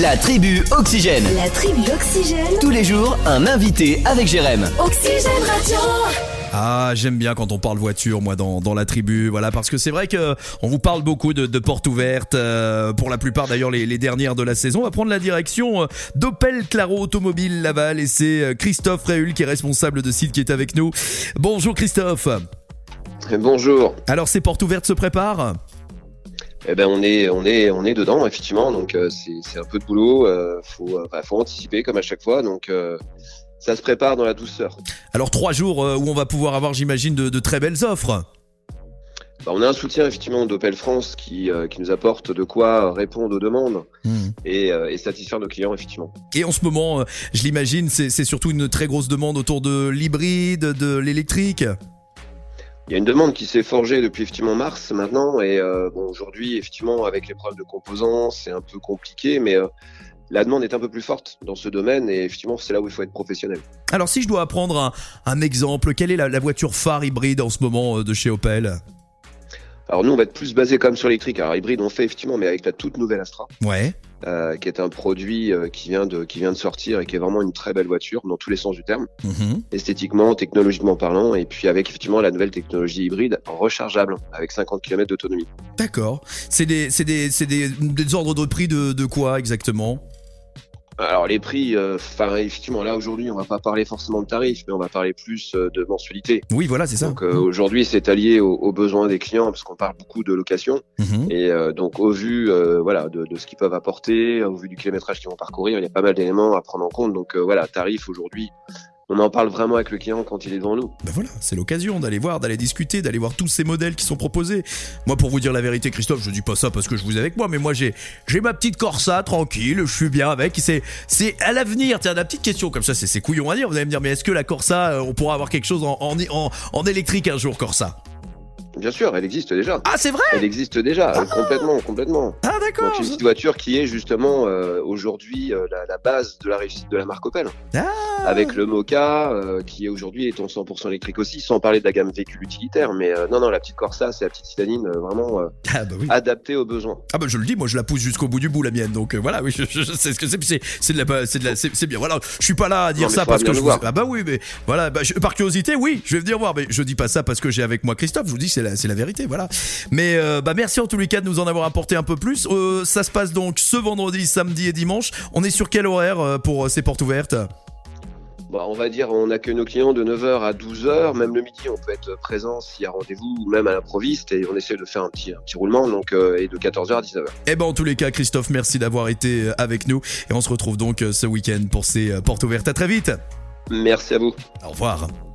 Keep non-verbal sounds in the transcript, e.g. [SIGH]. La tribu Oxygène. La tribu Oxygène. Tous les jours, un invité avec Jérém. Oxygène Radio. Ah, j'aime bien quand on parle voiture, moi, dans, dans la tribu, voilà, parce que c'est vrai que on vous parle beaucoup de, de portes ouvertes, euh, pour la plupart d'ailleurs les, les dernières de la saison. On va prendre la direction euh, d'Opel Claro Automobile Laval et c'est euh, Christophe Réhul qui est responsable de site qui est avec nous. Bonjour Christophe. [LAUGHS] Bonjour. Alors ces portes ouvertes se préparent Eh ben on est on est on est dedans effectivement donc euh, c'est c'est un peu de boulot. euh, faut euh, bah, faut anticiper comme à chaque fois donc euh, ça se prépare dans la douceur. Alors trois jours euh, où on va pouvoir avoir, j'imagine, de, de très belles offres. Bah, on a un soutien effectivement d'Opel France qui euh, qui nous apporte de quoi répondre aux demandes et, euh, et satisfaire nos clients effectivement. Et en ce moment, euh, je l'imagine, c'est c'est surtout une très grosse demande autour de l'hybride, de l'électrique. Il y a une demande qui s'est forgée depuis effectivement mars maintenant et euh, bon aujourd'hui effectivement avec les problèmes de composants c'est un peu compliqué mais euh, la demande est un peu plus forte dans ce domaine et effectivement c'est là où il faut être professionnel. Alors si je dois prendre un, un exemple, quelle est la, la voiture phare hybride en ce moment euh, de chez Opel Alors nous, on va être plus basé quand même sur l'électrique. Alors hybride, on fait effectivement, mais avec la toute nouvelle Astra, Ouais. euh, qui est un produit euh, qui vient de qui vient de sortir et qui est vraiment une très belle voiture dans tous les sens du terme, Mhm. esthétiquement, technologiquement parlant, et puis avec effectivement la nouvelle technologie hybride rechargeable avec 50 km d'autonomie. D'accord. C'est des, c'est des, c'est des, des ordres de prix de, de quoi exactement Alors les prix, euh, enfin effectivement là aujourd'hui, on va pas parler forcément de tarifs, mais on va parler plus euh, de mensualité. Oui, voilà, c'est ça. Donc euh, aujourd'hui, c'est allié aux, aux besoins des clients parce qu'on parle beaucoup de location. Mhm. Et euh, donc, au vu euh, voilà, de, de ce qu'ils peuvent apporter, au vu du kilométrage qu'ils vont parcourir, il y a pas mal d'éléments à prendre en compte. Donc euh, voilà, tarif aujourd'hui, on en parle vraiment avec le client quand il est devant nous. Ben voilà, c'est l'occasion d'aller voir, d'aller discuter, d'aller voir tous ces modèles qui sont proposés. Moi, pour vous dire la vérité, Christophe, je dis pas ça parce que je vous ai avec moi, mais moi j'ai, j'ai ma petite Corsa tranquille, je suis bien avec. C'est, c'est à l'avenir. Tiens, la petite question comme ça, c'est, c'est couillon à dire. Vous allez me dire, mais est-ce que la Corsa, euh, on pourra avoir quelque chose en, en, en, en électrique un jour, Corsa Bien sûr, elle existe déjà. Ah, c'est vrai Elle existe déjà, euh, complètement, complètement. Ah, Donc d'accord. une petite voiture qui est justement euh, aujourd'hui euh, la, la base de la réussite de la marque Opel. Ah. Avec le Moka, euh, qui est aujourd'hui est en 100% électrique aussi, sans parler de la gamme véhicule utilitaire. Mais euh, non, non, la petite Corsa, c'est la petite citadine euh, vraiment euh, Ah, bah oui. adaptée aux besoins. Ah bah je le dis, moi je la pousse jusqu'au bout du bout la mienne, donc euh, voilà, oui, je, je- je sais ce que c'est, puis c'est, c'est de la, c'est de la, c'est, c'est bien. Voilà, je suis pas là à dire Non, mais ça faudra parce que bien je le vous- voir. ah bah oui, mais voilà, bah, je- par curiosité, oui, je vais venir voir, mais je dis pas ça parce que j'ai avec moi Christophe, je vous dis c'est la, c'est la vérité, voilà. Mais euh, bah merci en tous les cas de nous en avoir apporté un peu plus. Euh, ça se passe donc ce vendredi, samedi et dimanche. On est sur quel horaire euh, pour euh, ces portes ouvertes Bah, on va dire, on accueille nos clients de 9h à 12h, même le midi, on peut être présent s'il y a rendez-vous, ou même à l'improviste, et on essaie de faire un petit, un petit roulement, donc, euh, et de 14h à 19h. Eh ben en tous les cas, Christophe, merci d'avoir été euh, avec nous et on se retrouve donc euh, ce week-end pour ces euh, portes ouvertes. À très vite. Merci à vous. Au revoir.